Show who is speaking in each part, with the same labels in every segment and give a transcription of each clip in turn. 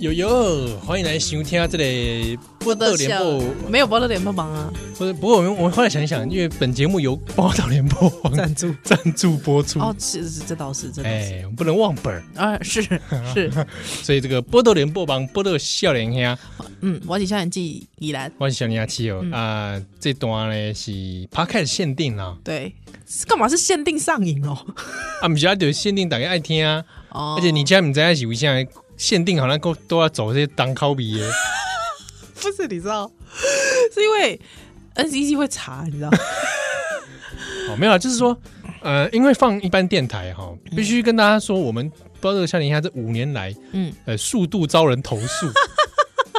Speaker 1: 友友，欢迎来收听这里波特联播。
Speaker 2: 没有波特联播榜啊，
Speaker 1: 不是，不过我们我们后来想一想，因为本节目由波特联播网
Speaker 2: 赞助
Speaker 1: 赞助播出，
Speaker 2: 哦，是是，这倒是，这倒是，
Speaker 1: 嗯哎，我们不能忘本儿，
Speaker 2: 啊，是是，
Speaker 1: 所以这个波特联播帮波特笑脸兄，
Speaker 2: 嗯，我起校园记依然
Speaker 1: 我是笑脸七哦
Speaker 2: 嗯
Speaker 1: 啊，这段呢是 Podcast 限定啦，
Speaker 2: 对，是干嘛是限定上瘾哦？
Speaker 1: 啊，不是啊，就限定大家爱听啊，
Speaker 2: 哦，
Speaker 1: 而且你家不知道是为啥限定好像都都要走这些当 copy 的，
Speaker 2: 不是你知道，是因为 NCC 会查，你 知道，
Speaker 1: 哦，没有啊，就是说，呃，因为放一般电台哈，必须跟大家说，我们波特笑脸兄这五年来，
Speaker 2: 嗯，
Speaker 1: 呃，数度遭人投 诉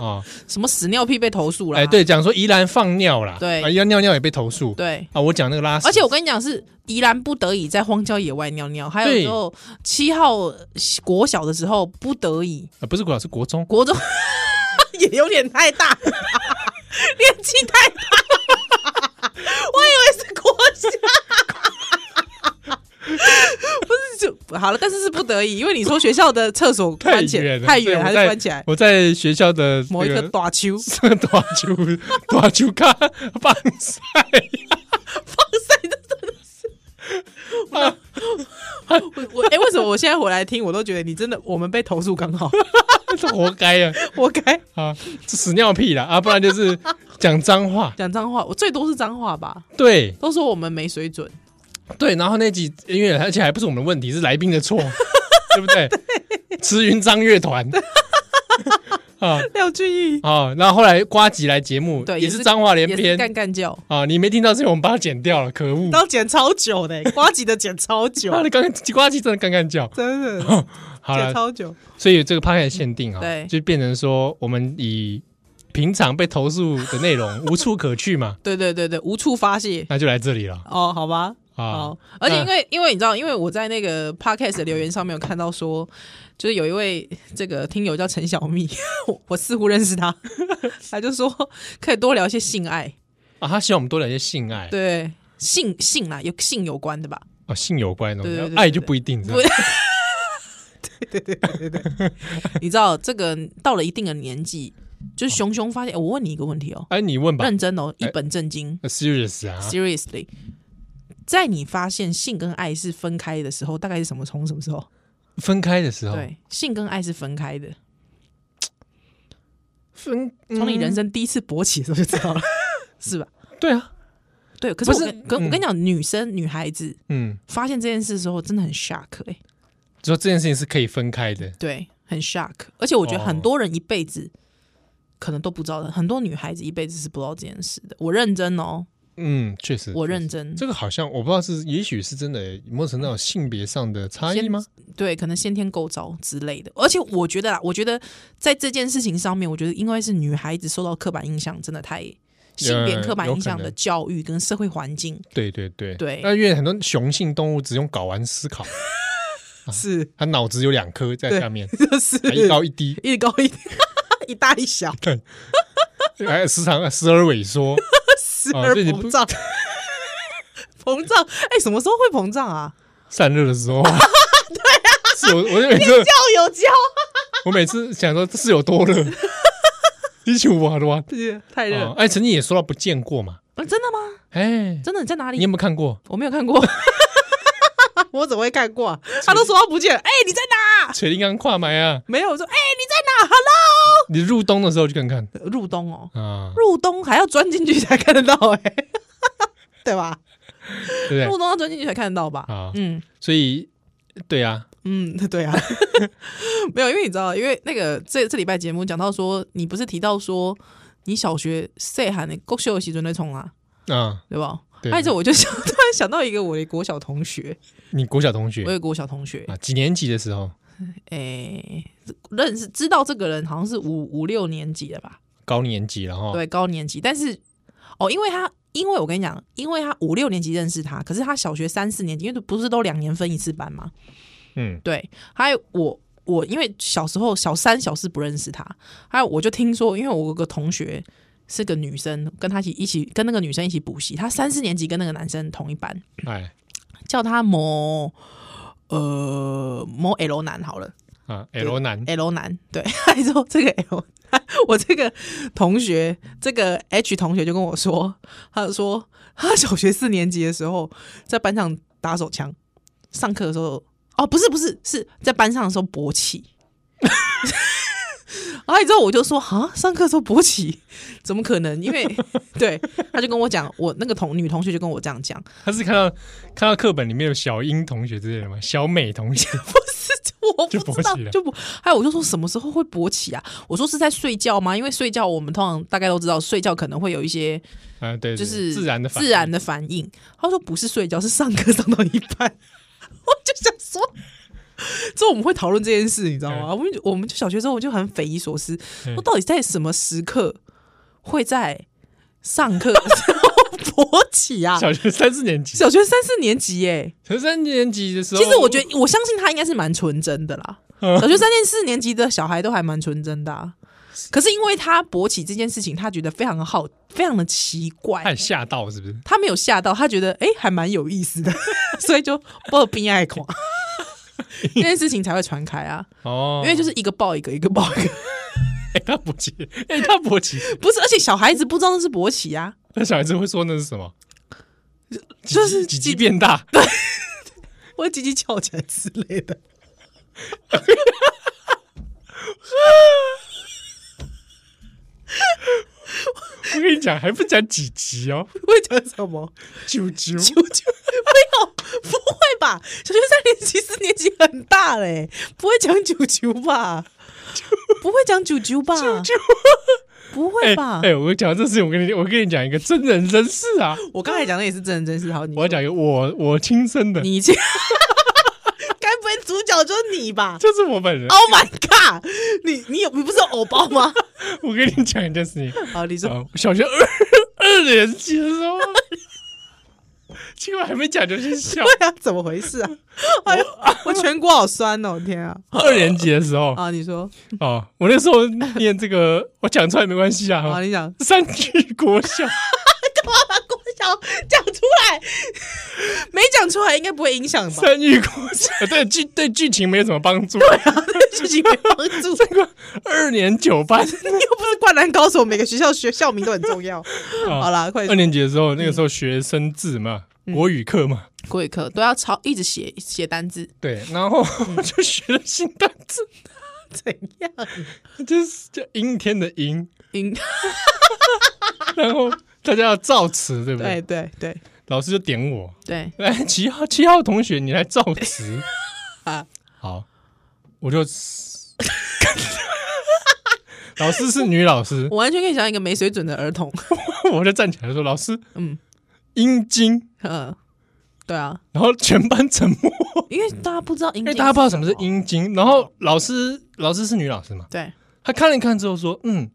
Speaker 1: 啊。
Speaker 2: 什么屎尿屁被投诉了，
Speaker 1: 哎，对，讲说宜兰放尿啦，
Speaker 2: 对
Speaker 1: 啊，宜兰尿尿也被投诉，
Speaker 2: 对。
Speaker 1: 啊，我讲那个拉屎，
Speaker 2: 而且我跟你讲，是宜兰不得已在荒郊野外尿尿，还有
Speaker 1: 对
Speaker 2: 时候七号呃国小的时候不得已，
Speaker 1: 呃不是国小是国中，
Speaker 2: 国中 也有点太大， 年纪太大， 我以为是国家。不是就好了，但是是不得已，因为你说学校的厕所
Speaker 1: 太
Speaker 2: 关起来
Speaker 1: 远了，
Speaker 2: 太
Speaker 1: 所以
Speaker 2: 远
Speaker 1: 我
Speaker 2: 还是
Speaker 1: 在
Speaker 2: 关起来，
Speaker 1: 我在学校的
Speaker 2: 某一
Speaker 1: 那
Speaker 2: 个短球
Speaker 1: 大球大球卡放晒
Speaker 2: 放晒的真的是，啊、我我哎、为什么我现在回来听，我都觉得你真的我们被投诉 刚好，
Speaker 1: 这 活该啊
Speaker 2: 活该
Speaker 1: 啊，这屎尿屁啦啊，不然就是讲脏话，
Speaker 2: 讲脏话，我最多是脏话吧，
Speaker 1: 对，
Speaker 2: 都说我们没水准，
Speaker 1: 对，然后那集音乐，而且还不是我们的问题，是来宾的 错，对不对？慈云张乐团啊
Speaker 2: 廖俊逸
Speaker 1: 啊，然后后来瓜吉来节目，
Speaker 2: 对
Speaker 1: 也
Speaker 2: 也
Speaker 1: 是
Speaker 2: 是
Speaker 1: 脏话连
Speaker 2: 也是
Speaker 1: 篇
Speaker 2: 干干叫。
Speaker 1: 啊，你没听到，是因为我们把它剪掉了，可恶！
Speaker 2: 都剪超久的、瓜吉的剪超久
Speaker 1: 他的刚刚瓜吉真的干干叫，
Speaker 2: 真的
Speaker 1: 好
Speaker 2: 剪
Speaker 1: 了，
Speaker 2: 超久。
Speaker 1: 所以这个 p o 限定啊，
Speaker 2: 对
Speaker 1: 就变成说我们以平常被投诉的内容无处可去 嘛，
Speaker 2: 对对对对，无处发泄
Speaker 1: 那就来这里了
Speaker 2: 哦，好吧，
Speaker 1: 啊
Speaker 2: 好。而且因为因为你知道，因为我在那个 podcast 的留言上面有看到说，就是有一位这个听友叫陈小蜜， 我我似乎认识他， 他就说可以多聊一些性爱，
Speaker 1: 啊！他希望我们多聊一些性爱，
Speaker 2: 对性性啊啦，有性有关 的吧？
Speaker 1: 哦，性有关的东
Speaker 2: 对对
Speaker 1: 西，
Speaker 2: 对
Speaker 1: 爱
Speaker 2: 对
Speaker 1: 就
Speaker 2: 对
Speaker 1: 不一定，
Speaker 2: 不你知道这个到了一定的年纪，就是熊熊发现、我问你一个问题哦，
Speaker 1: 哎，你问吧
Speaker 2: 认真哦，一本正经。
Speaker 1: 呃，serious 啊，
Speaker 2: Seriously，在你发现性跟爱是分开的时候，大概是什么从什么时候？
Speaker 1: 分开的时候，
Speaker 2: 对，性跟爱是分开的，
Speaker 1: 分
Speaker 2: 嗯从你人
Speaker 1: 生
Speaker 2: 生第一次勃起的时候就知 道了，是吧？
Speaker 1: 对啊，
Speaker 2: 对，可是我
Speaker 1: 不是
Speaker 2: 跟可我跟你讲，女生女孩子
Speaker 1: 嗯，
Speaker 2: 发现这件事的时候，真的很 shock 哎、
Speaker 1: 说这件事情是可以分开的，
Speaker 2: 对，很 shock。而且我觉得
Speaker 1: 哦
Speaker 2: 很多人一辈子可能都不知道的，很多女孩子一辈子是不知道这件事的。我认真哦，
Speaker 1: 嗯，确实，
Speaker 2: 我认真。
Speaker 1: 这个好像我不知道是，也许是真的某种程度上有性别上的差异
Speaker 2: 先
Speaker 1: 吗？
Speaker 2: 对，可能先天构造之类的。而且我觉得啦，我觉得在这件事情上面，我觉得因为是女孩子受到刻板印象真的太性别刻板印象
Speaker 1: 呃有可
Speaker 2: 的
Speaker 1: 能
Speaker 2: 教育跟社会环境，
Speaker 1: 对对对
Speaker 2: 对
Speaker 1: 那因为很多雄性动物只用睾丸思考，
Speaker 2: 是
Speaker 1: 它脑子有两颗在
Speaker 2: 对
Speaker 1: 下 面，
Speaker 2: 就是
Speaker 1: 还啊一高一 低，
Speaker 2: 一高一一大一小，
Speaker 1: 还哎时常呃时而萎 缩，
Speaker 2: 时
Speaker 1: 啊
Speaker 2: 而
Speaker 1: 所以你不
Speaker 2: 膨胀。 膨胀，哎、什么时候会膨胀啊？
Speaker 1: 散热的时候，对啊，是我我就每次
Speaker 2: 要有胶，
Speaker 1: 我每次想说这是有多热，一九五好多啊，
Speaker 2: 是太热、
Speaker 1: 哦哎，曾经也说到不见过嘛，
Speaker 2: 啊真的吗？
Speaker 1: 哎，
Speaker 2: 真的你在哪
Speaker 1: 你
Speaker 2: 里
Speaker 1: 有？没有看过？
Speaker 2: 我没有看过， 我怎么会看过、啊？他都说他不见了，哎、你在哪？
Speaker 1: 垂铃刚跨埋啊！
Speaker 2: 没有，我说，哎、你在哪？Hello，
Speaker 1: 你入冬的时候就看看
Speaker 2: 入冬哦，
Speaker 1: 啊，
Speaker 2: 入冬还要钻进去才看得到、哎， 对吧？
Speaker 1: 对不对
Speaker 2: 入？冬要钻进去才看得到吧？
Speaker 1: 啊，
Speaker 2: 嗯
Speaker 1: 所以对啊，
Speaker 2: 嗯，对啊， 没有，因为你知道，因为那个这这礼拜节目讲到说，你不是提到说你小学岁寒的国秀的时阵在冲啊，
Speaker 1: 啊，
Speaker 2: 对吧？
Speaker 1: 对
Speaker 2: 哎，这我就想 突然想到一个我的国小同学，
Speaker 1: 你国小同
Speaker 2: 我
Speaker 1: 学
Speaker 2: 有国小同学，
Speaker 1: 啊，几年级的时候？
Speaker 2: 哎、认识知道这个人好像是五五六年级的吧？
Speaker 1: 高年级了哈，
Speaker 2: 对，高年级，但是哦，因为他，因为我跟你讲，因为他五六年级认识他，可是他小学三四年级，因为不是都两年分一次班嘛，
Speaker 1: 嗯，
Speaker 2: 对，还有我。我因为小时候小三小四不认识他，还有我就听说，因为我有个同学是个女生，跟他一起一起跟那个女生一起补习，他三四年级跟那个男生同一班，
Speaker 1: 哎，
Speaker 2: 叫他某呃某 L 男好了，
Speaker 1: 啊，L 男
Speaker 2: L 男，对， 他说这个 L，男我这个同学，这个 H 同学就跟我说，他说他小学四年级的时候在班上打手枪，上课的时候，哦，不是不是，是在班上的时候勃起。 然后之后我就说啊，上课的时候勃起，怎么可能？因为 对，他就跟我讲，我那个同女同学就跟我这样讲，
Speaker 1: 他是看到看到课本里面有小英同学之类的吗？小美同 学
Speaker 2: 我
Speaker 1: 就
Speaker 2: 不
Speaker 1: 勃
Speaker 2: 知道
Speaker 1: 起了，
Speaker 2: 就不，还有我就说什么时候会勃起啊？我说是在睡觉吗？因为睡觉我们通常大概都知道，睡觉可能会有一些
Speaker 1: 啊，对，对
Speaker 2: 就是
Speaker 1: 自然的反应
Speaker 2: 自然的反应。他说不是睡觉，是上课上到一半， 我就想说。之后我们会讨论这件事，你知道吗？我们就我们就小学时候我就很匪夷所思，
Speaker 1: 嗯
Speaker 2: 说到底在什么时刻会在上课的时候勃起啊？
Speaker 1: 小学三四年级，
Speaker 2: 小学三四年级耶、
Speaker 1: 小学三年级的时候，
Speaker 2: 其实我觉得，我相信他应该是蛮纯真的啦。
Speaker 1: 嗯
Speaker 2: 小学三年、四年级的小孩都还蛮纯真的、啊，可是因为他勃起这件事情，他觉得非常好，非常的奇
Speaker 1: 他
Speaker 2: 怪
Speaker 1: 也。吓到是不是？
Speaker 2: 他没有吓到，他觉得哎、诶还蛮有意思的，所以就抱冰爱狂，这件事情才会传开啊。
Speaker 1: 哦，
Speaker 2: 因为就是是一个抱一个，一个抱一个，
Speaker 1: 哎他勃起，哎他勃起，
Speaker 2: 不是，而且小孩子不知道那是勃起啊，
Speaker 1: 那小孩子会说那是什么？
Speaker 2: 就是
Speaker 1: 几级变大，对，
Speaker 2: 我鸡鸡翘起来之类的。
Speaker 1: 我跟你讲，还不讲几级哦，
Speaker 2: 会讲什么？
Speaker 1: 九九
Speaker 2: 九九没有，不会吧？小学三年级、四年级很大嘞，不会讲九九吧？不会讲九九吧？不会
Speaker 1: 哎
Speaker 2: 吧？
Speaker 1: 哎，我讲这事情，我跟你我跟你讲一个真人真事 啊，
Speaker 2: 我刚才讲的也是真人真事，好，你
Speaker 1: 我要讲一个我我亲身的，
Speaker 2: 你这，该不会主角就是你吧
Speaker 1: 就是我本人，
Speaker 2: ？Oh my god！你你有你不是有偶包吗？
Speaker 1: 我跟你讲一件事 情，
Speaker 2: 好，你说
Speaker 1: 呃，小学二二年级的时候，结果还没讲就先 笑。
Speaker 2: 对啊，怎么回事啊？哎呦，我颧骨好酸哦，天啊！
Speaker 1: 二年级的时候，
Speaker 2: 啊，你说
Speaker 1: 哦，我那时候念这个，我讲出来没关系
Speaker 2: 啊，
Speaker 1: 啊。
Speaker 2: 你讲，
Speaker 1: 三句国 校，
Speaker 2: 把郭晓讲出 来，没讲出来应该不会影响吧？
Speaker 1: 三句国校，呃 对剧对剧情没有什么帮助。
Speaker 2: 啊剧情没帮助。
Speaker 1: 这个 二年九班，
Speaker 2: 你又不是灌篮高手，每个学校学校名都很重要。好
Speaker 1: 啊，
Speaker 2: 啦，快
Speaker 1: 二年级的时候，那个时候学生字嘛，
Speaker 2: 嗯
Speaker 1: 国语课嘛，
Speaker 2: 国语课都要抄，一直写写单字，
Speaker 1: 对，然后我 就学了新单字，
Speaker 2: 怎样？
Speaker 1: 就是叫阴天的阴，
Speaker 2: 应
Speaker 1: 然后大家要造词，对不
Speaker 2: 对
Speaker 1: 对？
Speaker 2: 对对
Speaker 1: 老师就点我，
Speaker 2: 对，
Speaker 1: 来，七号七号同学，你来造词
Speaker 2: 啊！
Speaker 1: 好，我就 老师是女老师，
Speaker 2: 我完全可以想象一个没水准的儿童。
Speaker 1: 我就站起来说：“老师，
Speaker 2: 嗯
Speaker 1: 阴茎。
Speaker 2: 嗯，对啊，”
Speaker 1: 然后全班沉默，
Speaker 2: 因为大家不知道，因
Speaker 1: 因为大家不知道什么是，阴茎。然后老师，老师是女老师嘛，
Speaker 2: 对，
Speaker 1: 她看了一看之后说：“嗯。”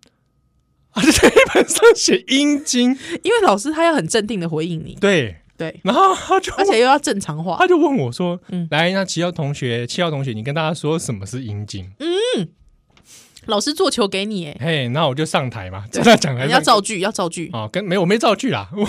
Speaker 1: 啊她就在黑板上写阴茎，
Speaker 2: 因为老师他要很镇定的回应你，
Speaker 1: 对，
Speaker 2: 对，
Speaker 1: 然后她就
Speaker 2: 而且又要正常化
Speaker 1: 他，就问我说：“
Speaker 2: 嗯
Speaker 1: 来，那七号同学，七号同学，你跟大家说什么是阴茎？”
Speaker 2: 嗯老师做球给你，哎，
Speaker 1: 嘿，然后我就上台嘛，站在讲台
Speaker 2: 你要
Speaker 1: 上
Speaker 2: 造句，要造句，
Speaker 1: 哦，跟没有我没造句啦，我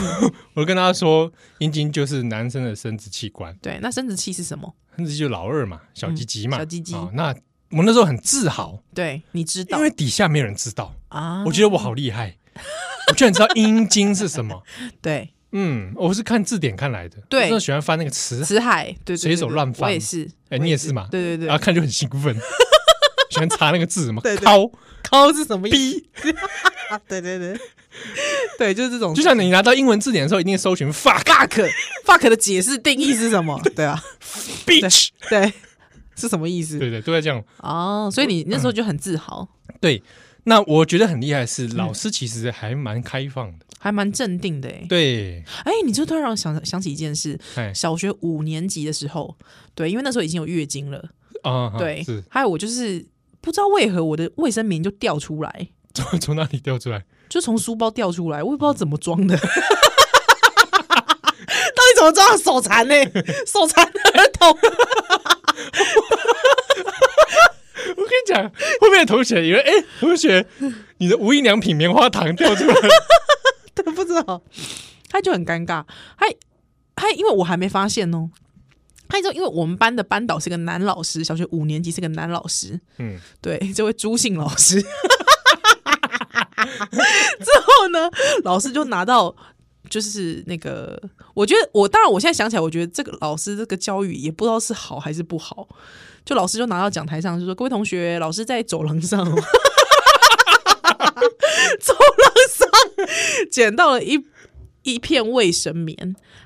Speaker 1: 我跟他说，阴茎就是男生的生殖器官，
Speaker 2: 对，那生殖器是什么？
Speaker 1: 生殖器就老二嘛，小鸡鸡嘛，
Speaker 2: 嗯小鸡鸡
Speaker 1: 哦那我那时候很自豪，
Speaker 2: 对，你知道
Speaker 1: 因为底下没有人知道，
Speaker 2: 啊？
Speaker 1: 我觉得我好厉害，我居然知道阴茎是什 么。
Speaker 2: 对，
Speaker 1: 嗯，我是看字典看来的，
Speaker 2: 对
Speaker 1: 我真的喜欢翻那个词，
Speaker 2: 辞海，对，对
Speaker 1: 随手
Speaker 2: 对对
Speaker 1: 乱翻
Speaker 2: 我也是，
Speaker 1: 哎，你也是嘛？
Speaker 2: 对对对
Speaker 1: 然后，看就很兴 奋，喜欢查那个字什么
Speaker 2: 对对
Speaker 1: 尻
Speaker 2: 高是什么意思？
Speaker 1: 逼，
Speaker 2: 啊，对对对， 对，就是这种，
Speaker 1: 就像你拿到英文字典的时候，一定搜寻 fuck
Speaker 2: fuck fuck 的解释定义是 什么？对啊，
Speaker 1: bitch，
Speaker 2: 对，是什么意思？
Speaker 1: 对嗯对，都在这样。
Speaker 2: 哦，所以你那时候就很自豪，
Speaker 1: 对，那我觉得很厉害的是，老师其实还蛮开放的。
Speaker 2: 还蛮镇定的哎。
Speaker 1: 对，
Speaker 2: 哎，你就突然让我想想起一件事，
Speaker 1: 哎，
Speaker 2: 小学五年级的时候，对，因为那时候已经有月经了，
Speaker 1: 啊，
Speaker 2: 对
Speaker 1: 是，
Speaker 2: 还有我就是不知道为何我的卫生棉就掉出来，
Speaker 1: 从从哪里掉出来？
Speaker 2: 就从书包掉出来，我也不知道怎么装的。到 底怎么装的手残 呢、手残儿童，
Speaker 1: 我跟你讲，后面的同学以为，哎，同 学，你的无印良品棉花糖掉出来了，
Speaker 2: 对，不知道，他就很尴尬，还还因为我还没发现哦，他一直因为我们班的班导是个男老师，小学五年级是个男老师，
Speaker 1: 嗯，
Speaker 2: 对，这位朱姓老师。之后呢， 老师就拿到就是那个，我觉得我当然我现在想起来，我觉得这个老师这个教育也不知道是好还是不好。就老师就拿到讲台上就说：“各位同学，老师在走廊上，哦 走廊上捡到了一一片卫生棉。”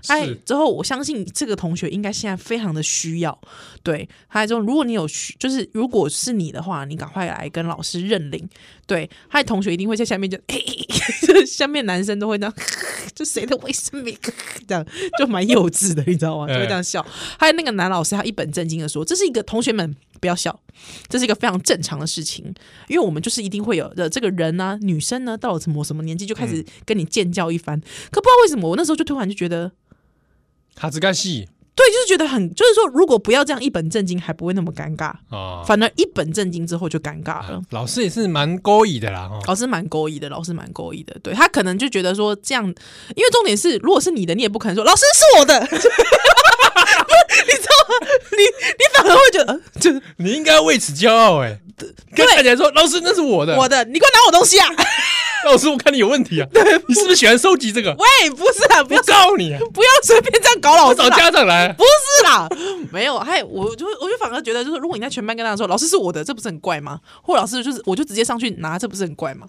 Speaker 2: 哎
Speaker 1: 是，
Speaker 2: 之后我相信这个同学应该现在非常的需要。对，他还说，如果你有需，就是如果是你的话，你赶快来跟老师认领。对，他的同学一定会在下面就， 就是下面男生都会这样， 就谁的卫生棉这样，就蛮幼稚的，你知道吗？就会这样笑。还有那个男老师，他一本正经的说，这是一个同学们不要笑，这是一个非常正常的事情，因为我们就是一定会有呃的这个人呢、女生呢，到了什么什么年纪就开始跟你尖叫一番。可不知道为什么，我那时候就突然就觉得。
Speaker 1: 卡兹干系
Speaker 2: 对，就是觉得很，就是说，如果不要这样一本正经，还不会那么尴尬。
Speaker 1: 啊，
Speaker 2: 反而一本正经之后就尴尬了。
Speaker 1: 老师也是蛮勾引的啦，哦，
Speaker 2: 老师蛮勾引的，老师蛮勾引的。对他可能就觉得说这样，因为重点是，如果是你的，你也不可能说老师是我的， 你知道吗？你你反而会觉得，呃就是
Speaker 1: 你应该为此骄傲哎，跟大家说，老师那是我的，
Speaker 2: 我的，你给我拿我东西啊！
Speaker 1: 老师我看你有问题啊，你是不是喜欢收集这个？
Speaker 2: 喂，不是啊，
Speaker 1: 我
Speaker 2: 不要
Speaker 1: 告你啊，
Speaker 2: 不要随便这样搞老
Speaker 1: 我
Speaker 2: 师
Speaker 1: 找
Speaker 2: 啦，
Speaker 1: 家长来，啊
Speaker 2: 不啊是啦，没有，还我就我就反而觉得，就是如果你在全班跟大家说老师是我的，这不是很怪吗？或老师就是我就直接上去拿，这不是很怪吗？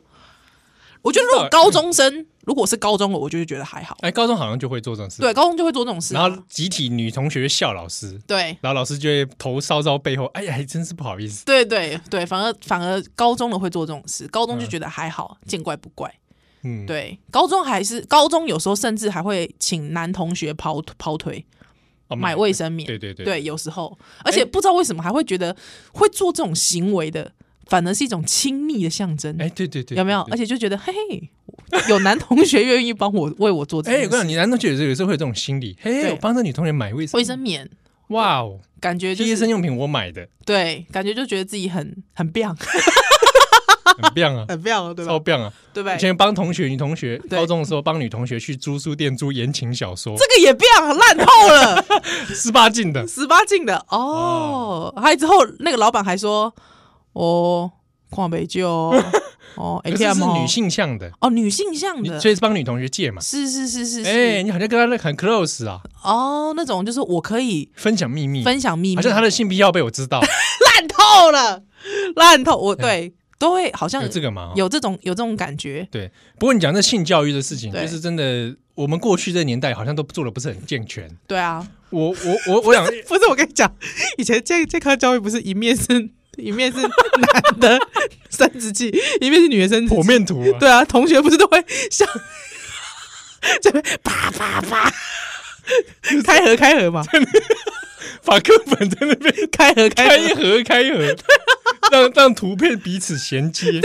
Speaker 2: 我觉得如果高中生，如果是高中的，我就会觉得还好。
Speaker 1: 哎，高中好像就会做这种事，
Speaker 2: 对，，高中就会做这种事啊、
Speaker 1: 然后集体女同学笑老师，
Speaker 2: 对
Speaker 1: 然后老师就会头稍稍背后，哎呀，还真是不好意思。
Speaker 2: 对对对，反而反而高中的会做这种事，高中就觉得还好，见怪不怪。
Speaker 1: 嗯，，
Speaker 2: 对，高中还是高中，有时候甚至还会请男同学跑跑腿
Speaker 1: 哦
Speaker 2: 买卫生棉，
Speaker 1: 对对对，哎
Speaker 2: 对，有时候，而且不知道为什么还会觉得会做这种行为的，反而是一种亲密的象征，
Speaker 1: 哎，对对对，
Speaker 2: 有没有？
Speaker 1: 对
Speaker 2: 而且就觉得嘿，有男同学愿意帮我为我做这
Speaker 1: 哎，我
Speaker 2: 件
Speaker 1: 跟你
Speaker 2: 事，
Speaker 1: 讲，你男同学有时候有时候会有这种心理，嘿，
Speaker 2: 对
Speaker 1: 我帮着女同学买卫生
Speaker 2: 卫，生棉，
Speaker 1: 哇哦，
Speaker 2: 感觉就
Speaker 1: 贴
Speaker 2: 是
Speaker 1: 身用品我买的，
Speaker 2: 对，感觉就觉得自己很很棒，，
Speaker 1: 很棒啊
Speaker 2: 很棒， 对
Speaker 1: 超？棒啊！
Speaker 2: 对不对
Speaker 1: 以？前帮同学、女同学，
Speaker 2: 对
Speaker 1: 高中的时候帮女同学去租书店租言情小说，
Speaker 2: 这个也棒，烂透了，
Speaker 1: 十八禁的，
Speaker 2: 十八禁的哦。还有之后那个老板还说，哦，看北就 哦，哎
Speaker 1: 可是
Speaker 2: 这样
Speaker 1: 是
Speaker 2: 哦
Speaker 1: 女性向的，
Speaker 2: 哦，女性向
Speaker 1: 你
Speaker 2: 的，
Speaker 1: 所以是帮女同学借嘛。
Speaker 2: 是是是是是。
Speaker 1: 哎，你好像跟她很 close 啊，
Speaker 2: 哦，那种就是我可以
Speaker 1: 分享秘密，
Speaker 2: 分享秘密，
Speaker 1: 好像她啊的性癖要被我知道，
Speaker 2: 烂透了，烂透，我对、都会好 像
Speaker 1: 有这个嘛？
Speaker 2: 哎有这种有这种感觉，
Speaker 1: 对，不过你讲这性教育的事情，
Speaker 2: 对
Speaker 1: 就是真的，我们过去这年代好像都做的不是很健 全。
Speaker 2: 对啊，
Speaker 1: 我我我我 想，
Speaker 2: 不是我跟你讲，以前健健康教育不是一面是一面是男的生殖器，一面是女的生殖
Speaker 1: 剖
Speaker 2: 器，
Speaker 1: 面图 啊，
Speaker 2: 对啊，同学不是都会像 这边啪啪啪。开合开合嘛，
Speaker 1: 把课本在那边
Speaker 2: 开合
Speaker 1: 开
Speaker 2: 开
Speaker 1: 一
Speaker 2: 合，
Speaker 1: 盒开一盒， 让让图片彼此衔 接，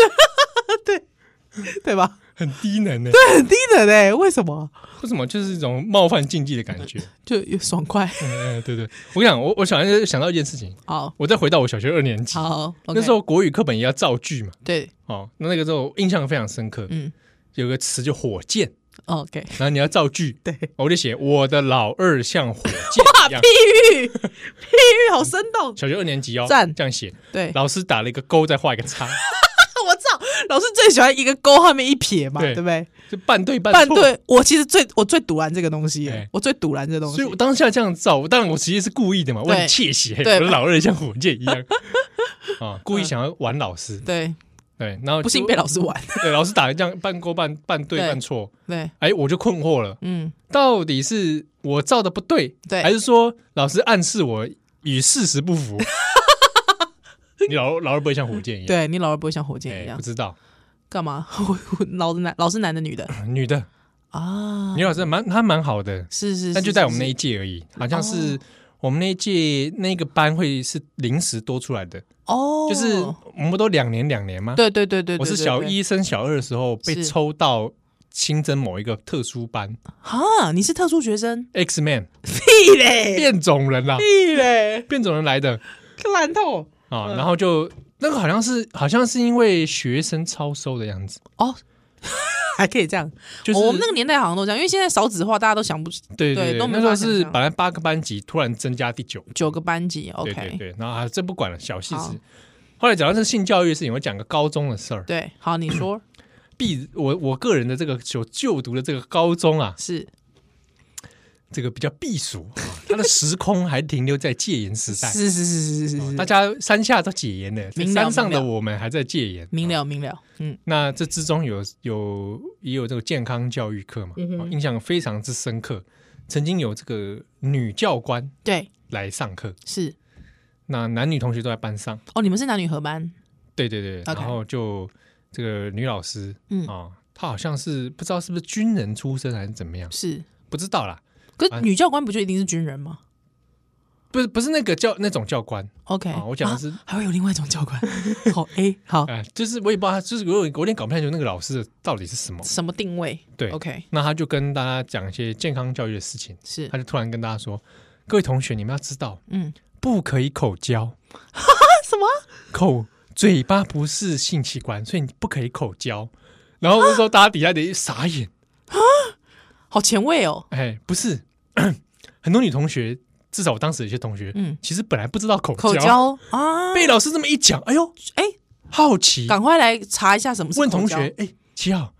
Speaker 2: 对吧？
Speaker 1: 很低能的。
Speaker 2: 很低的嘞，为什么？
Speaker 1: 为什么就是一种冒犯禁忌的感觉？
Speaker 2: 就爽快。
Speaker 1: 嗯，嗯对对，我想我我想到想到一件事情，
Speaker 2: 好，
Speaker 1: 我再回到我小学二年级
Speaker 2: 好，
Speaker 1: 那时候，国语课本也要造句嘛，
Speaker 2: 对，
Speaker 1: 哦，那那个时候印象非常深刻，
Speaker 2: 嗯
Speaker 1: 有个词就火箭，
Speaker 2: ，OK，
Speaker 1: 然后你要造 句，
Speaker 2: 对，啊
Speaker 1: 我就写我的老二像火箭 一样，
Speaker 2: 譬喻，譬喻好生动。
Speaker 1: 小学二年级哦，
Speaker 2: 赞
Speaker 1: 这样写，
Speaker 2: 对，
Speaker 1: 老师打了一个勾，再画一个叉，
Speaker 2: 我知道，老师最喜欢一个勾后面一撇嘛，
Speaker 1: 对
Speaker 2: 对不对？
Speaker 1: 就半对半
Speaker 2: 半
Speaker 1: 错。
Speaker 2: 对，我其实最我最堵拦这个东西
Speaker 1: 哎
Speaker 2: 耶，我最堵拦这东
Speaker 1: 所
Speaker 2: 西
Speaker 1: 以。我当下这样造，当然我其实是故意的嘛，我很窃喜，我
Speaker 2: 对
Speaker 1: 的老二像火箭 一样啊，故意想要玩老师，
Speaker 2: 对，
Speaker 1: 对，然后
Speaker 2: 不信
Speaker 1: 就
Speaker 2: 被老师玩。
Speaker 1: 对老师打这样半勾半半对
Speaker 2: 对
Speaker 1: 半错，
Speaker 2: 对，
Speaker 1: 哎，我就困惑了，
Speaker 2: 嗯，
Speaker 1: 到底是我造的不对，
Speaker 2: 对
Speaker 1: 还是说老师暗示我与事实不 符？你老老二不会像火箭一样，
Speaker 2: 对你老二不会像火箭一
Speaker 1: 哎，
Speaker 2: 样
Speaker 1: 不知道，
Speaker 2: 干嘛？ 我我老是男，老是男的女的
Speaker 1: 女的
Speaker 2: 啊？
Speaker 1: 女老师蛮她蛮好的，
Speaker 2: 是是，
Speaker 1: 但就是在我们
Speaker 2: 是哦
Speaker 1: 那一届而已，好像是我们那一届那个班会是临时多出来的。
Speaker 2: 哦，
Speaker 1: 就是 我们都两年两年嘛。
Speaker 2: 对对对对，对
Speaker 1: 我是
Speaker 2: 对
Speaker 1: 小
Speaker 2: 对
Speaker 1: 一升小二的时候被
Speaker 2: 是
Speaker 1: 抽到新增某一个特殊班
Speaker 2: 啊，你是特殊学生？
Speaker 1: X Man
Speaker 2: 屁嘞，
Speaker 1: 变种人啦，
Speaker 2: 屁嘞，
Speaker 1: 变种人来的
Speaker 2: 烂透
Speaker 1: 啊，然后就那个好像是好像是因为学生超收的样子，
Speaker 2: 哦。还可以这样。
Speaker 1: 就是、
Speaker 2: 哦我们那个年代好像都这样，因为现在少子化，大家都想不起
Speaker 1: 对
Speaker 2: 对
Speaker 1: 对，
Speaker 2: 都没
Speaker 1: 那时候
Speaker 2: 办法想
Speaker 1: 是
Speaker 2: 象
Speaker 1: 本来八个班级，突然增加第九个，
Speaker 2: 九个班级。OK，
Speaker 1: 对对对，然后啊，这不管了，小细
Speaker 2: 好
Speaker 1: 事。后来讲到这性教育的事情，我讲个高中的事儿。
Speaker 2: 对好，你说
Speaker 1: 必我我个人的这个所就读的这个高中啊，
Speaker 2: 是
Speaker 1: 这个比较避暑，啊它的时空还停留在戒严时代。
Speaker 2: 是是是是是
Speaker 1: 哦
Speaker 2: 是
Speaker 1: 大
Speaker 2: 是，
Speaker 1: 家山下都解严了，在
Speaker 2: 明了
Speaker 1: 山上的
Speaker 2: 明
Speaker 1: 我们还在戒严。
Speaker 2: 明
Speaker 1: 哦
Speaker 2: 了明了，嗯，
Speaker 1: 那这之中有有也有这个健康教育课嘛，
Speaker 2: 嗯哼
Speaker 1: 哦印象非常之深刻。曾经有这个女教官
Speaker 2: 对，
Speaker 1: 来上课，
Speaker 2: 是
Speaker 1: 那男女同学都在班上。
Speaker 2: 哦，你们是男女合班，
Speaker 1: 对对对
Speaker 2: OK
Speaker 1: 然后就这个女老师，
Speaker 2: 嗯
Speaker 1: 啊、她好像是不知道是不是军人出身还是怎么样，
Speaker 2: 是，
Speaker 1: 不知道啦，
Speaker 2: 可
Speaker 1: 啊
Speaker 2: 是女教官不就一定是军人吗
Speaker 1: 不是不是那个教那种教官
Speaker 2: ？OK，
Speaker 1: 啊我讲的是
Speaker 2: 啊还会有另外一种教官， 好 A 好
Speaker 1: 啊、就是我也不知道她，就是我有我有点搞不太清楚那个老师到底是什么。
Speaker 2: 什么定位？
Speaker 1: 对
Speaker 2: 哦 OK，
Speaker 1: 那她就跟大家讲一些健康教育的事情，
Speaker 2: 是
Speaker 1: 她就突然跟大家说：“各位同学，你们要知道，
Speaker 2: 嗯，
Speaker 1: 不可以口交，
Speaker 2: 什么？
Speaker 1: 口嘴巴不是性器官，所以你不可以口交。”然后那时候大家底下得一傻眼，
Speaker 2: 好前卫哦，
Speaker 1: 哎，不是， 很多女同学，至少我当时有些同学，
Speaker 2: 嗯
Speaker 1: 其实本来不知道口
Speaker 2: 口交啊，
Speaker 1: 被老师这么一讲，哎呦，
Speaker 2: 哎，
Speaker 1: 好奇，
Speaker 2: 赶快来查一下什么是
Speaker 1: 问
Speaker 2: 口
Speaker 1: 同
Speaker 2: 交
Speaker 1: 学，哎，七号，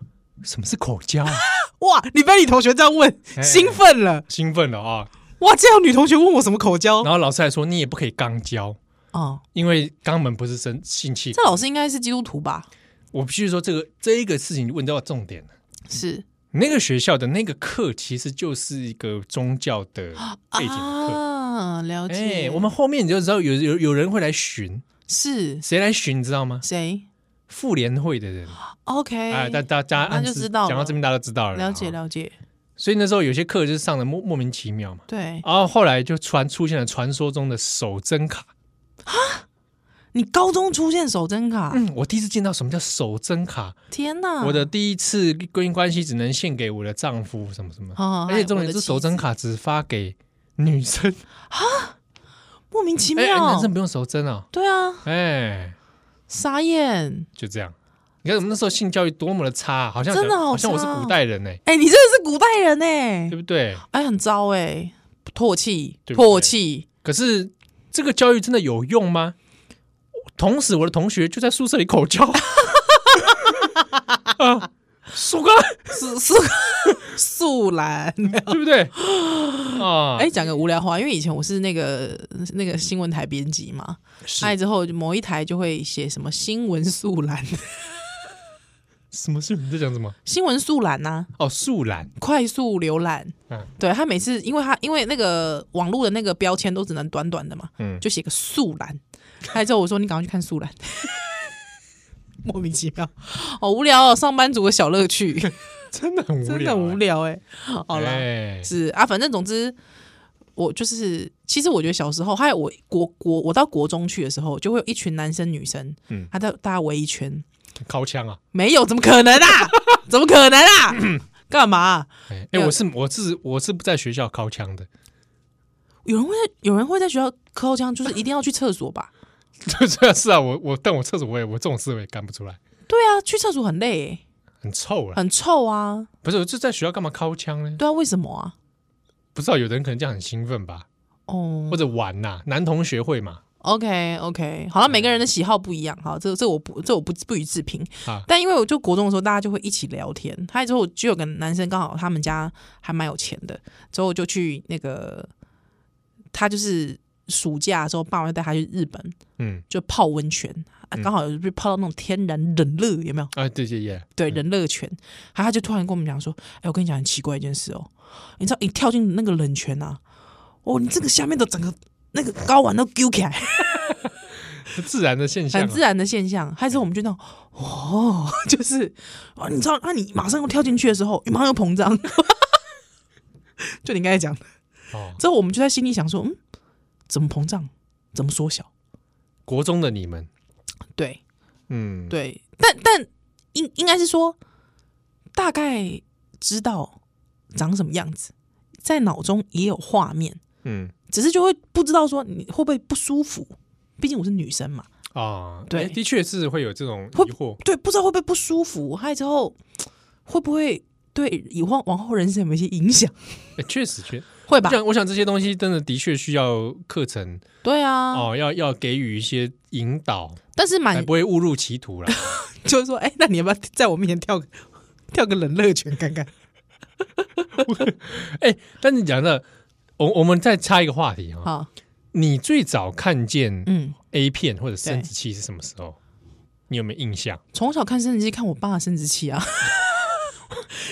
Speaker 1: 什么是口 交啊？
Speaker 2: 哇，你被你同学这样问，
Speaker 1: 哎
Speaker 2: 兴奋了
Speaker 1: 兴奋了啊！
Speaker 2: 哇！这样女同学问我什么口交
Speaker 1: 然后老师还说，你也不可以肛交，
Speaker 2: 哦，
Speaker 1: 因为肛门不是生性器
Speaker 2: 这
Speaker 1: 官。
Speaker 2: 老师应该是基督徒吧？
Speaker 1: 我必须说，这个这一个事情问到重点了。
Speaker 2: 是
Speaker 1: 那个学校的那个课，其实就是一个宗教的背景课。
Speaker 2: 啊，了
Speaker 1: 哎
Speaker 2: 解。，
Speaker 1: 我们后面你就知道有有有人会来巡，
Speaker 2: 是
Speaker 1: 谁来巡，你知道吗？
Speaker 2: 谁
Speaker 1: 妇联会的人。
Speaker 2: ？OK，
Speaker 1: 哎，大大家
Speaker 2: 那
Speaker 1: 暗
Speaker 2: 就
Speaker 1: 示
Speaker 2: 知道了
Speaker 1: 讲到这边大家都知道了，
Speaker 2: 了解
Speaker 1: 啊。
Speaker 2: 了解，
Speaker 1: 所以那时候有些课就是上的莫莫名其妙嘛，
Speaker 2: 对
Speaker 1: 然后后来就传出现了传说中的手真卡。
Speaker 2: 你高中出现手真卡，
Speaker 1: 嗯，我第一次见到什么叫手真卡，
Speaker 2: 天哪！
Speaker 1: 我的第一次婚姻关系只能献给我的丈夫，什么什么。
Speaker 2: 哦
Speaker 1: 而且
Speaker 2: 哎
Speaker 1: 重
Speaker 2: 我
Speaker 1: 点
Speaker 2: 的
Speaker 1: 是
Speaker 2: 妻
Speaker 1: 手真
Speaker 2: 子
Speaker 1: 卡只发给女生，
Speaker 2: 莫名其
Speaker 1: 哎，哎
Speaker 2: 妙
Speaker 1: 男，生不用手真啊，
Speaker 2: 对啊，
Speaker 1: 哎，
Speaker 2: 傻眼。
Speaker 1: 就这样。你看我们那时候性教育多么的差啊，好像
Speaker 2: 真的好
Speaker 1: 好像我是
Speaker 2: 差哦
Speaker 1: 古代人呢，欸
Speaker 2: 哎，你真的是古代人
Speaker 1: 对
Speaker 2: 哎，
Speaker 1: 不对？
Speaker 2: 哎，很糟哎，唾弃，
Speaker 1: 对不对
Speaker 2: 唾 弃，
Speaker 1: 可是这个教育真的有用吗？同时，我的同学就在宿舍里口交， 啊，苏格兰
Speaker 2: 是是素兰。
Speaker 1: 对不对？ 啊，
Speaker 2: 哎，讲个无聊话，因为以前我是那个那个新闻台编辑嘛，
Speaker 1: 是
Speaker 2: 爱之后某一台就会写什么新闻素兰，
Speaker 1: 什么事？你在讲什么？
Speaker 2: 新闻素兰呐、
Speaker 1: 哦，素兰，
Speaker 2: 快速浏览。
Speaker 1: 嗯
Speaker 2: 对他每次，因为他因为那个网络的那个标签都只能短短的嘛，
Speaker 1: 嗯
Speaker 2: 就写个素兰。爱之后我说你赶快去看素兰， 莫名其妙，好无聊哦，上班族的小乐趣，
Speaker 1: 真的很无聊、啊欸
Speaker 2: 真的很无聊哎、好了。
Speaker 1: 哎
Speaker 2: 是啊，反正总之，我就是，其实我觉得小时候，还有我国国，我到国中去的时候，就会有一群男生女生，
Speaker 1: 嗯
Speaker 2: 嗯，他在大家围一圈，
Speaker 1: 靠枪啊！
Speaker 2: 没有，怎么可能啊？ 怎么可能啊？ 干嘛、
Speaker 1: 哎、哎
Speaker 2: 没有
Speaker 1: 我是我是我是不在学校靠枪的，
Speaker 2: 有人会在有人会在学校抠枪，就是一定要去厕所吧？
Speaker 1: 是啊是啊，我我但我厕所我也我这种事我也干不出来，
Speaker 2: 对啊，去厕所很累、欸，
Speaker 1: 很臭啊！
Speaker 2: 很臭啊。
Speaker 1: 不是，我就在学校干嘛靠枪呢？
Speaker 2: 对啊，为什么啊？
Speaker 1: 不知道有的人可能这样很兴奋吧，
Speaker 2: 哦、
Speaker 1: 或者玩呐、男同学会嘛，
Speaker 2: o k OK，好像每个人的喜好不一样，好，这这我不这我不不予置评
Speaker 1: 啊。
Speaker 2: 但因为我就国中的时候，大家就会一起聊天。还有之后就有个男生，刚好他们家还蛮有钱的，之后就去那个，他就是暑假的时候，爸妈就带他去日本，
Speaker 1: 嗯
Speaker 2: 就泡温泉，啊刚、好有被泡到那种天然冷热，有没有？
Speaker 1: 啊，对对对，
Speaker 2: 对，人热泉，然后他就突然跟我们讲说：“哎、我跟你讲很奇怪一件事哦，你知道你跳进那个冷泉啊，哦，你这个下面的整个那个睾丸都揪起来，
Speaker 1: 是自然的现象、啊，
Speaker 2: 很自然的现象。”还是我们就那种，哦， 就是哦，你知道，那、你马上要跳进去的时候，你马上要膨胀， 就你刚才讲的。
Speaker 1: 哦。
Speaker 2: 之后我们就在心里想说：“嗯，怎么膨胀？怎么缩小
Speaker 1: 国中的你们，？”
Speaker 2: 对，
Speaker 1: 嗯，，
Speaker 2: 对，但但应应该是说，大概知道长什么样子，在脑中也有画面，
Speaker 1: 嗯
Speaker 2: 只是就会不知道说你会不会不舒服。毕竟我是女生嘛，
Speaker 1: 啊，
Speaker 2: 对
Speaker 1: 哎的确是会有这种疑
Speaker 2: 会
Speaker 1: 惑，
Speaker 2: 对，不知道会不会不舒服。还有之后会不会对以后往后人生有一些影响？
Speaker 1: 哎确实确，
Speaker 2: 会
Speaker 1: 我
Speaker 2: 吧？
Speaker 1: 想我想这些东西真的的确需要课程
Speaker 2: 对啊，哎
Speaker 1: 哦，要要给予一些引导，
Speaker 2: 但是
Speaker 1: 才
Speaker 2: 蛮
Speaker 1: 不会误入歧途啦。
Speaker 2: 就是说，哎、那你要不要在我面前跳个跳个冷热拳看看？
Speaker 1: 哎，但你讲的，我我们再插一个话题哈，
Speaker 2: 好，
Speaker 1: 你最早看见
Speaker 2: 嗯，
Speaker 1: A 片或者生殖器是什么时候？你有没有印象？
Speaker 2: 从小看生殖器，看我爸的生殖器 啊，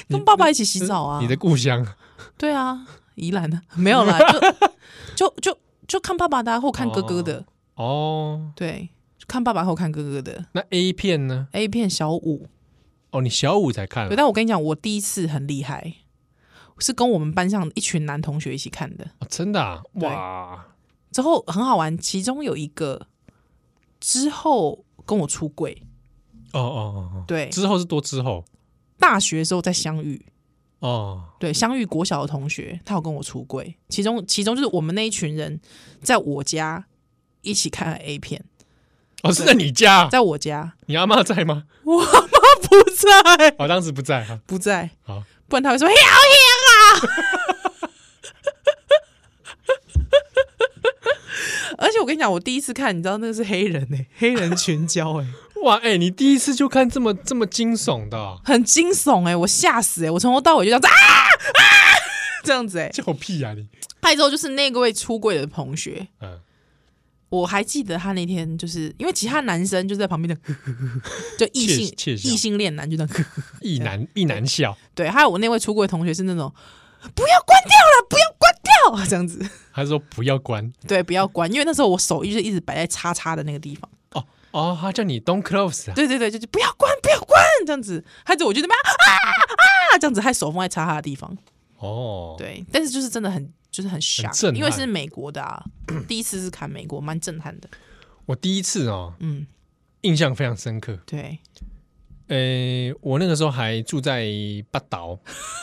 Speaker 2: 跟爸爸一起洗澡啊，
Speaker 1: 你的故乡
Speaker 2: 对啊，宜兰的、没有啦， 就就就就看爸爸的、啊、或看哥哥的，
Speaker 1: 哦？
Speaker 2: 对，就看爸爸或看哥哥的
Speaker 1: 那 A 片呢？
Speaker 2: A 片小五。
Speaker 1: 哦，你小五才看
Speaker 2: 对，
Speaker 1: 啊，
Speaker 2: 但我跟你讲，我第一次很厉害，是跟我们班上一群男同学一起看的。
Speaker 1: 哦真的啊
Speaker 2: 对
Speaker 1: 哇！
Speaker 2: 之后很好玩，其中有一个之后跟我出轨，
Speaker 1: 哦哦哦
Speaker 2: 对
Speaker 1: 哦，，之后是多之后
Speaker 2: 大学的时候再相遇，
Speaker 1: 哦
Speaker 2: 对，相遇国小的同学，他有跟我出轨，其中其中就是我们那一群人在我家一起看 A 片，
Speaker 1: 哦，是在你家啊，
Speaker 2: 在我家
Speaker 1: 你阿妈在吗？
Speaker 2: 他不在，
Speaker 1: 哦，当时不在哈。
Speaker 2: 不在，
Speaker 1: 好，
Speaker 2: 不然他会说好香啊！ 而且我跟你讲，我第一次看，你知道那个是黑人呢、欸黑人群交哎、
Speaker 1: 哇，哎，你第一次就看这么这么惊悚的哦，
Speaker 2: 很惊悚哎、我吓死哎、我从头到尾就这样子啊啊这样子哎、欸。
Speaker 1: 叫屁啊你！
Speaker 2: 拍之后就是那位出柜的同学，
Speaker 1: 嗯，
Speaker 2: 我还记得他那天就是因为其他男生就在旁边的， 就异性
Speaker 1: 窃窃笑
Speaker 2: 异性恋男就这样，
Speaker 1: 一男一男笑
Speaker 2: 对，还有我那位出柜同学是那种不要关掉了，不要关掉这样子。
Speaker 1: 他说不要关
Speaker 2: 对，不要关，因为那时候我手一直一直摆在叉叉的那个地方。
Speaker 1: 哦哦，他叫你 don't close 啊，
Speaker 2: 对对对，就是不要关，不要关这样子。还有我就那边啊啊这样子，还手放在叉叉的地方。
Speaker 1: 哦，
Speaker 2: 对，但是就是真的很就是很 shock，
Speaker 1: 震撼
Speaker 2: 因为是美国的啊，第一次是看美国，蛮震撼的。
Speaker 1: 我第一次哦，
Speaker 2: 嗯，
Speaker 1: 印象非常深刻。
Speaker 2: 对，
Speaker 1: 诶，我那个时候还住在八岛，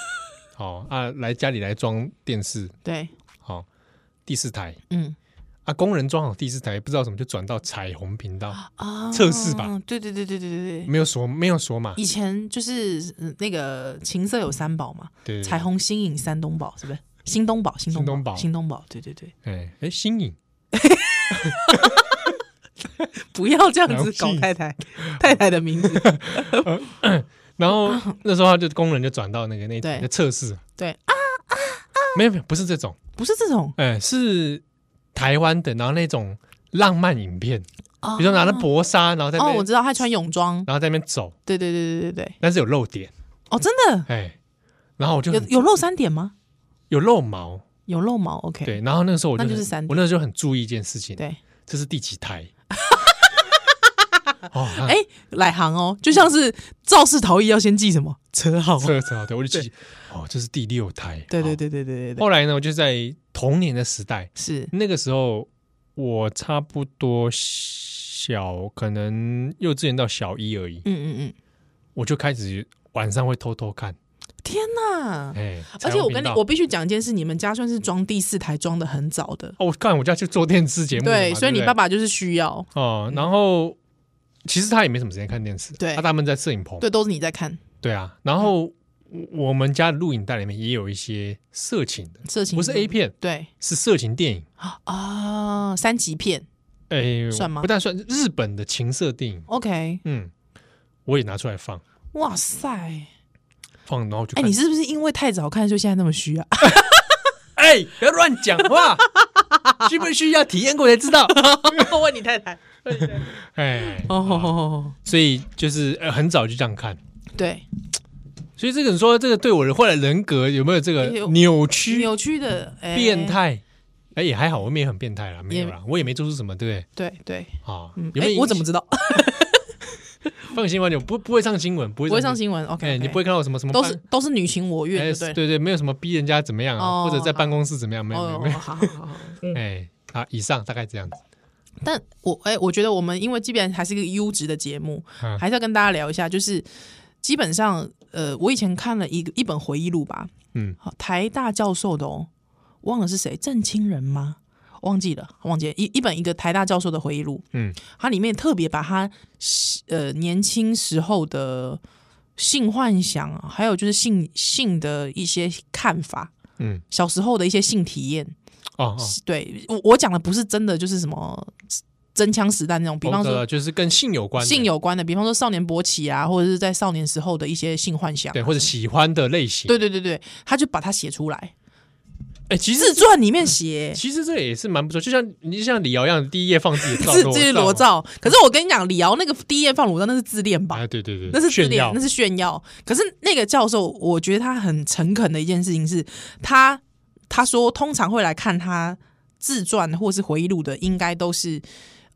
Speaker 1: 好啊，来家里来装电视，
Speaker 2: 对，
Speaker 1: 好第四台
Speaker 2: 嗯
Speaker 1: 啊，工人装好第四台，不知道怎么就转到彩虹频道，
Speaker 2: 啊，
Speaker 1: 测试吧。
Speaker 2: 对对对对对对对。
Speaker 1: 没有锁，没有锁码，
Speaker 2: 以前就是嗯那个情色有三宝嘛，
Speaker 1: 对，
Speaker 2: 彩虹、新颖、山东宝，是不是？新东宝、新
Speaker 1: 新东
Speaker 2: 宝、
Speaker 1: 宝
Speaker 2: 新东宝，对对 对，
Speaker 1: 哎哎，新颖
Speaker 2: 不要这样
Speaker 1: 彩
Speaker 2: 子
Speaker 1: 虹
Speaker 2: 搞
Speaker 1: 新颖
Speaker 2: 太太太太的名字，
Speaker 1: 然后那时候他就工人就转到那个那一
Speaker 2: 啊对
Speaker 1: 台在测试，啊
Speaker 2: 对
Speaker 1: 没有没有，不是这种，
Speaker 2: 不是这种，
Speaker 1: 哎，是台湾的，然后那种浪漫影片，
Speaker 2: 比
Speaker 1: 比如说拿着薄纱，然后在那
Speaker 2: 嗯哦，
Speaker 1: 边
Speaker 2: 我知道他穿泳装，
Speaker 1: 然后在那边走，
Speaker 2: 对对对对对对，
Speaker 1: 但是有漏点，
Speaker 2: 哦，真的
Speaker 1: 哎，然后我就
Speaker 2: 有
Speaker 1: 很
Speaker 2: 有露三点吗？
Speaker 1: 有漏毛，
Speaker 2: 有露毛，OK，
Speaker 1: 对，然后那个时候我
Speaker 2: 那就是
Speaker 1: 很
Speaker 2: 三点
Speaker 1: 我那时候就很注意一件事情，
Speaker 2: 对，
Speaker 1: 这是第几 台？哦，那
Speaker 2: 哎、来航哦，就像是肇事逃逸要先记什么车号，
Speaker 1: 测测对，我就记，哦，这是第六台，
Speaker 2: 对对
Speaker 1: 好。
Speaker 2: 对对对对对，
Speaker 1: 后来呢，我就在童年的时代，
Speaker 2: 是
Speaker 1: 那个时候我差不多小，可能幼稚园到小一而已，
Speaker 2: 嗯嗯嗯，
Speaker 1: 我就开始晚上会偷偷看，
Speaker 2: 天哪！
Speaker 1: 哎，
Speaker 2: 而且我
Speaker 1: 彩虹频，
Speaker 2: 跟你
Speaker 1: 道
Speaker 2: 我必须讲一件事，你们家算是装第四台装的很早的，
Speaker 1: 哦，我看我家去做电视节目的嘛，
Speaker 2: 对，所以你
Speaker 1: 不
Speaker 2: 爸爸就是需要，
Speaker 1: 哦，然后其实他也没什么时间看电视，
Speaker 2: 对
Speaker 1: 啊他们在摄影棚，
Speaker 2: 对，都是你在看
Speaker 1: 对啊，然后我我们家的录影带里面也有一些色情的，
Speaker 2: 色情，
Speaker 1: 不是 A，片，
Speaker 2: 对
Speaker 1: 是色情电影，
Speaker 2: 啊、三级片
Speaker 1: 哎，
Speaker 2: 算吗
Speaker 1: 不但算日本的情色电影，
Speaker 2: ，OK，
Speaker 1: 嗯，我也拿出来放
Speaker 2: 哇塞！
Speaker 1: 放，然后就
Speaker 2: 哎、
Speaker 1: 看
Speaker 2: 你是不是因为太早看，所以现在那么虚 啊？
Speaker 1: 哎，不要乱讲话， 需不需要体验过才知道？
Speaker 2: 问你太太。
Speaker 1: 哎，
Speaker 2: 哦，
Speaker 1: 所以就是呃很早就这样看。
Speaker 2: 对，
Speaker 1: 所以这个你说这个对我的后来人格有没有这个
Speaker 2: 有
Speaker 1: 扭曲、
Speaker 2: 扭曲的、哎
Speaker 1: 变，态？哎，也还好，我们也很变态啦，没有
Speaker 2: 也
Speaker 1: 啦，我也没做出什么，对不
Speaker 2: 对对，
Speaker 1: 对？啊
Speaker 2: 嗯，，
Speaker 1: 有
Speaker 2: 哎
Speaker 1: 没有？
Speaker 2: 我怎么知道？
Speaker 1: 放新闻？就不不会上新闻，不会
Speaker 2: 不会上
Speaker 1: 新
Speaker 2: 新闻
Speaker 1: 闻，哎，
Speaker 2: ，OK，
Speaker 1: 你不会看到什么什么
Speaker 2: 都
Speaker 1: 办
Speaker 2: 是都是你情我
Speaker 1: 哎
Speaker 2: 愿，对不对？
Speaker 1: 对对，没有什么逼人家怎么样啊，
Speaker 2: 哦
Speaker 1: 或者在办公室怎么样，没有没有
Speaker 2: 哦嗯
Speaker 1: 没，有，
Speaker 2: 好好好好。
Speaker 1: 哎，好，以上大概这样子。
Speaker 2: 但我哎，我觉得我们因为即便还是一个优质的节目，
Speaker 1: 嗯
Speaker 2: 还是要跟大家聊一下，就是基本上，呃，我以前看了一个一本回忆录吧，
Speaker 1: 嗯，
Speaker 2: 好台大教授的哦，忘了是谁，郑清人吗？忘记了，忘记了一一本一个台大教授的回忆录，
Speaker 1: 嗯，
Speaker 2: 它里面特别把他呃年轻时候的性幻想啊，还有就是性性的一些看法，
Speaker 1: 嗯，
Speaker 2: 小时候的一些性体验。
Speaker 1: 哦哦，
Speaker 2: 对我我讲的不是真的，就是什么真枪实弹那种，比方
Speaker 1: 哦对
Speaker 2: 说
Speaker 1: 了就是跟性有关的，
Speaker 2: 性有关的，比方说少年勃起啊，或者是在少年时候的一些性幻想。啊
Speaker 1: 对，或者喜欢的类型。
Speaker 2: 对对对对，他就把它写出来，
Speaker 1: 哎，其实
Speaker 2: 自传里面写。
Speaker 1: 其实这也是蛮不错，就像你就像李敖一样，第一页放自己的照，
Speaker 2: 自自己裸
Speaker 1: 裸
Speaker 2: 照，可是我跟你讲，李敖那个第一页放裸照那是自恋吧？
Speaker 1: 啊，对对对，
Speaker 2: 那是自
Speaker 1: 炫
Speaker 2: 恋
Speaker 1: 耀，
Speaker 2: 那，是炫耀。可是那个教授，我觉得他很诚恳的一件事情是，他他说通常会来看他自传或是回忆录的，应该都是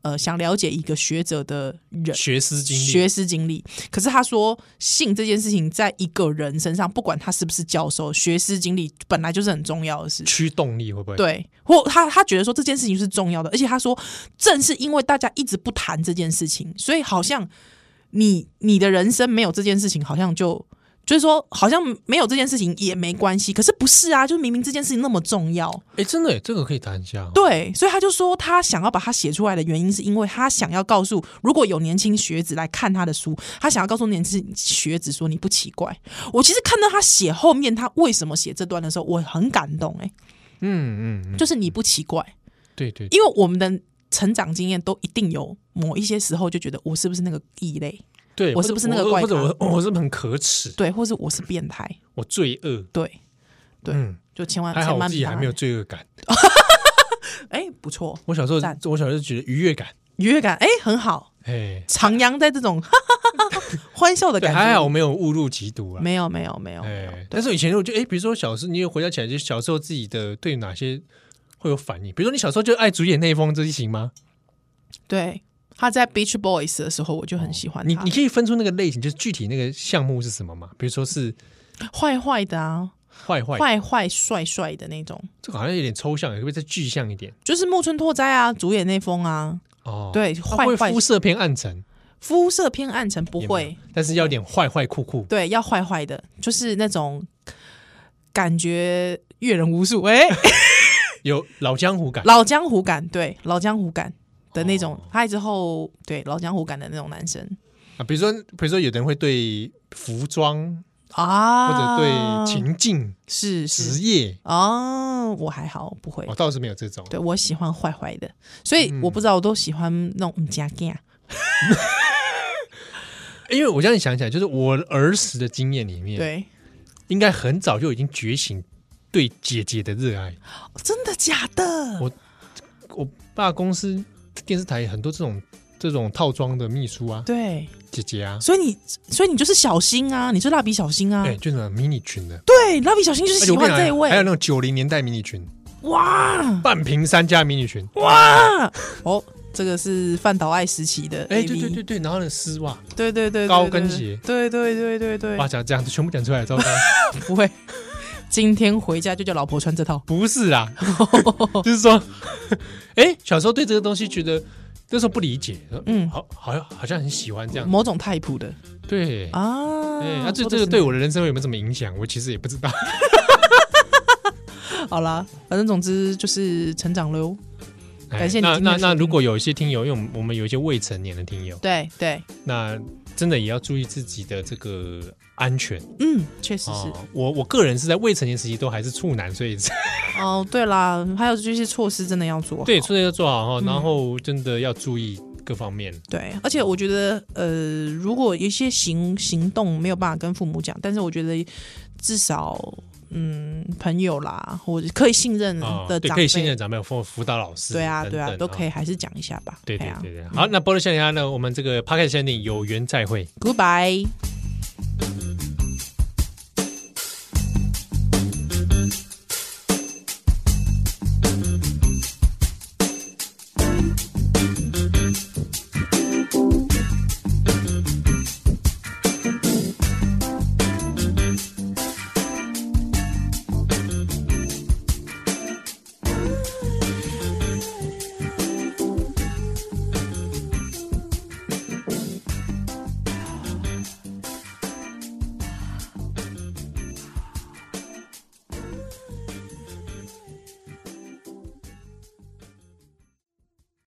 Speaker 2: 呃想了解一个学者的人。
Speaker 1: 学思经历，
Speaker 2: 学识经历，可是他说性这件事情，在一个人身上，不管他是不是教授，学识经历本来就是很重要的事。
Speaker 1: 驱动力会不会？，
Speaker 2: 对，或他他觉得说这件事情是重要的，而且他说，正是因为大家一直不谈这件事情，所以好像你你的人生没有这件事情，好像就就是说，好像没有这件事情也没关系。可是不是啊，就是明明这件事情那么重要，
Speaker 1: 哎，真的耶，这个可以谈一下哦。
Speaker 2: 对，所以他就说他想要把它写出来的原因，是因为他想要告诉如果有年轻学子来看他的书，他想要告诉年轻学子说你不奇怪。我其实看到他写后面他为什么写这段的时候，我很感动、欸，
Speaker 1: 嗯嗯嗯，
Speaker 2: 就是你不奇怪。
Speaker 1: 对对，对
Speaker 2: 因为我们的成长经验都一定有某一些时候就觉得我是不是那个异类，
Speaker 1: 对，
Speaker 2: 我
Speaker 1: 或者
Speaker 2: 是不是那个
Speaker 1: 我
Speaker 2: 怪
Speaker 1: 或者
Speaker 2: 咖
Speaker 1: 我 我我是不是很可耻，
Speaker 2: 对，或是我是变态，
Speaker 1: 我罪恶，
Speaker 2: 对，对啊
Speaker 1: 嗯，
Speaker 2: 就千万
Speaker 1: 还好
Speaker 2: 千
Speaker 1: 我
Speaker 2: 万
Speaker 1: 自己
Speaker 2: 别
Speaker 1: 还没有，罪恶感。
Speaker 2: 哎，不错，
Speaker 1: 我小时候
Speaker 2: 赞，
Speaker 1: 我小时候觉得愉悦感，
Speaker 2: 愉悦感，哎，很好，
Speaker 1: 哎，
Speaker 2: 徜徉在这种哈哈哈哈欢笑的
Speaker 1: 对，
Speaker 2: 感
Speaker 1: 还好我
Speaker 2: 觉里，
Speaker 1: 没有误入歧途啊。
Speaker 2: 没有，没有，没有，没有
Speaker 1: 哎，但是以前我就哎，比如说小时候，你有回想起来，就小时候自己的对哪些会有反应？比如说你小时候就爱主演内风这一行吗？
Speaker 2: 对，他在 Beach Boys 的时候，我就很喜欢
Speaker 1: 哦你
Speaker 2: 他
Speaker 1: 你，可以分出那个类型，就是具体那个项目是什么吗？比如说是
Speaker 2: 坏坏的啊，
Speaker 1: 坏坏，
Speaker 2: 坏坏帅帅的那种，
Speaker 1: 这个好像有点抽象，可不可以再具象一点？
Speaker 2: 就是木村拓哉啊，主演那封啊，
Speaker 1: 哦，，
Speaker 2: 对，
Speaker 1: 它
Speaker 2: 坏
Speaker 1: 会
Speaker 2: 坏
Speaker 1: 肤色偏暗沉，
Speaker 2: 肤色偏暗沉，不
Speaker 1: 也没有
Speaker 2: 会。，
Speaker 1: 但是要有点坏坏酷酷。
Speaker 2: 对，要坏坏的，就是那种感觉阅人 无数，哎、
Speaker 1: 有老江湖感，
Speaker 2: 老江湖感，对，老江湖感的那种
Speaker 1: 哦，
Speaker 2: 他之后对老江湖感的那种男生
Speaker 1: 啊，比如说，比如说，有的人会对服装或
Speaker 2: 啊，
Speaker 1: 者对情境、
Speaker 2: 是啊是
Speaker 1: 职业，
Speaker 2: 哦，我还好，不会
Speaker 1: 我，倒是没有这种。
Speaker 2: 对我喜欢坏坏的，所以
Speaker 1: 嗯
Speaker 2: 我不知道，我都喜欢那种加 g
Speaker 1: 因为我这样想起来，就是我儿时的经验里面，，
Speaker 2: 对，
Speaker 1: 应该很早就已经觉醒对姐姐的热爱。
Speaker 2: 真的假的
Speaker 1: 我？我爸公司电视台很多这种这种套装的秘书啊，
Speaker 2: 对，
Speaker 1: 姐姐啊，
Speaker 2: 所以你，所以你就是小新啊，你是蜡笔小新啊，
Speaker 1: 哎、就是那种迷你裙的。
Speaker 2: 对，蜡笔小新
Speaker 1: 而
Speaker 2: 就是
Speaker 1: 且
Speaker 2: 喜
Speaker 1: 我跟
Speaker 2: 欢
Speaker 1: 你
Speaker 2: 这一
Speaker 1: 讲还哎有
Speaker 2: 位，
Speaker 1: 那种九零年代迷你裙，
Speaker 2: 哇，
Speaker 1: 半屏山加迷你裙，
Speaker 2: 哇，哦，这个是范岛爱时期的
Speaker 1: 哎、
Speaker 2: AV，
Speaker 1: 对对对对，然后呢丝袜，
Speaker 2: 对对对对，
Speaker 1: 高跟鞋
Speaker 2: 对对对对对，
Speaker 1: 哇，讲讲全部讲出来，糟 糕，
Speaker 2: 不会，今天回家就叫老婆穿这套，
Speaker 1: 不是 啦，就是说， 哎、小时候对这个东西觉得那时候不理解，嗯，
Speaker 2: 嗯
Speaker 1: 好，好像好像很喜欢这样，
Speaker 2: 某种 type 的
Speaker 1: 对，哎、
Speaker 2: 啊，
Speaker 1: 那、这这
Speaker 2: 或者
Speaker 1: 个
Speaker 2: 是
Speaker 1: 对我的人生有没有什么影响，我其实也不知道，
Speaker 2: 好啦，反正总之就是成长哦喽，
Speaker 1: 哎
Speaker 2: 感谢你
Speaker 1: 那
Speaker 2: 今天
Speaker 1: 那
Speaker 2: 的收
Speaker 1: 那
Speaker 2: 听
Speaker 1: 如果有一些听友，因为我们我们有一些未成年的听友，
Speaker 2: 对对，
Speaker 1: 那真的也要注意自己的这个安全
Speaker 2: 嗯，确实是
Speaker 1: 哦，我我个人是在未成年时期都还是处男，所以
Speaker 2: 哦，对啦，还有就是措施真的要做好，
Speaker 1: 对，出来要做好哈，
Speaker 2: 嗯
Speaker 1: 然后真的要注意各方面。
Speaker 2: 对，而且我觉得，呃，如果有一些行行动没有办法跟父母讲，但是我觉得至少，嗯，朋友啦，或者可以信任
Speaker 1: 啊，
Speaker 2: 嗯的
Speaker 1: 对，
Speaker 2: 长
Speaker 1: 可
Speaker 2: 辈，
Speaker 1: 以信任长辈或辅导老师，
Speaker 2: 对啊，对啊，
Speaker 1: 等
Speaker 2: 都
Speaker 1: 等
Speaker 2: 可。
Speaker 1: 啊
Speaker 2: 以，还是讲一下吧。
Speaker 1: 对对
Speaker 2: 啊
Speaker 1: 对对，好，那波多笑脸鸭呢？我们这个 p o c k e t 限定有缘再会。
Speaker 2: ，Goodbye。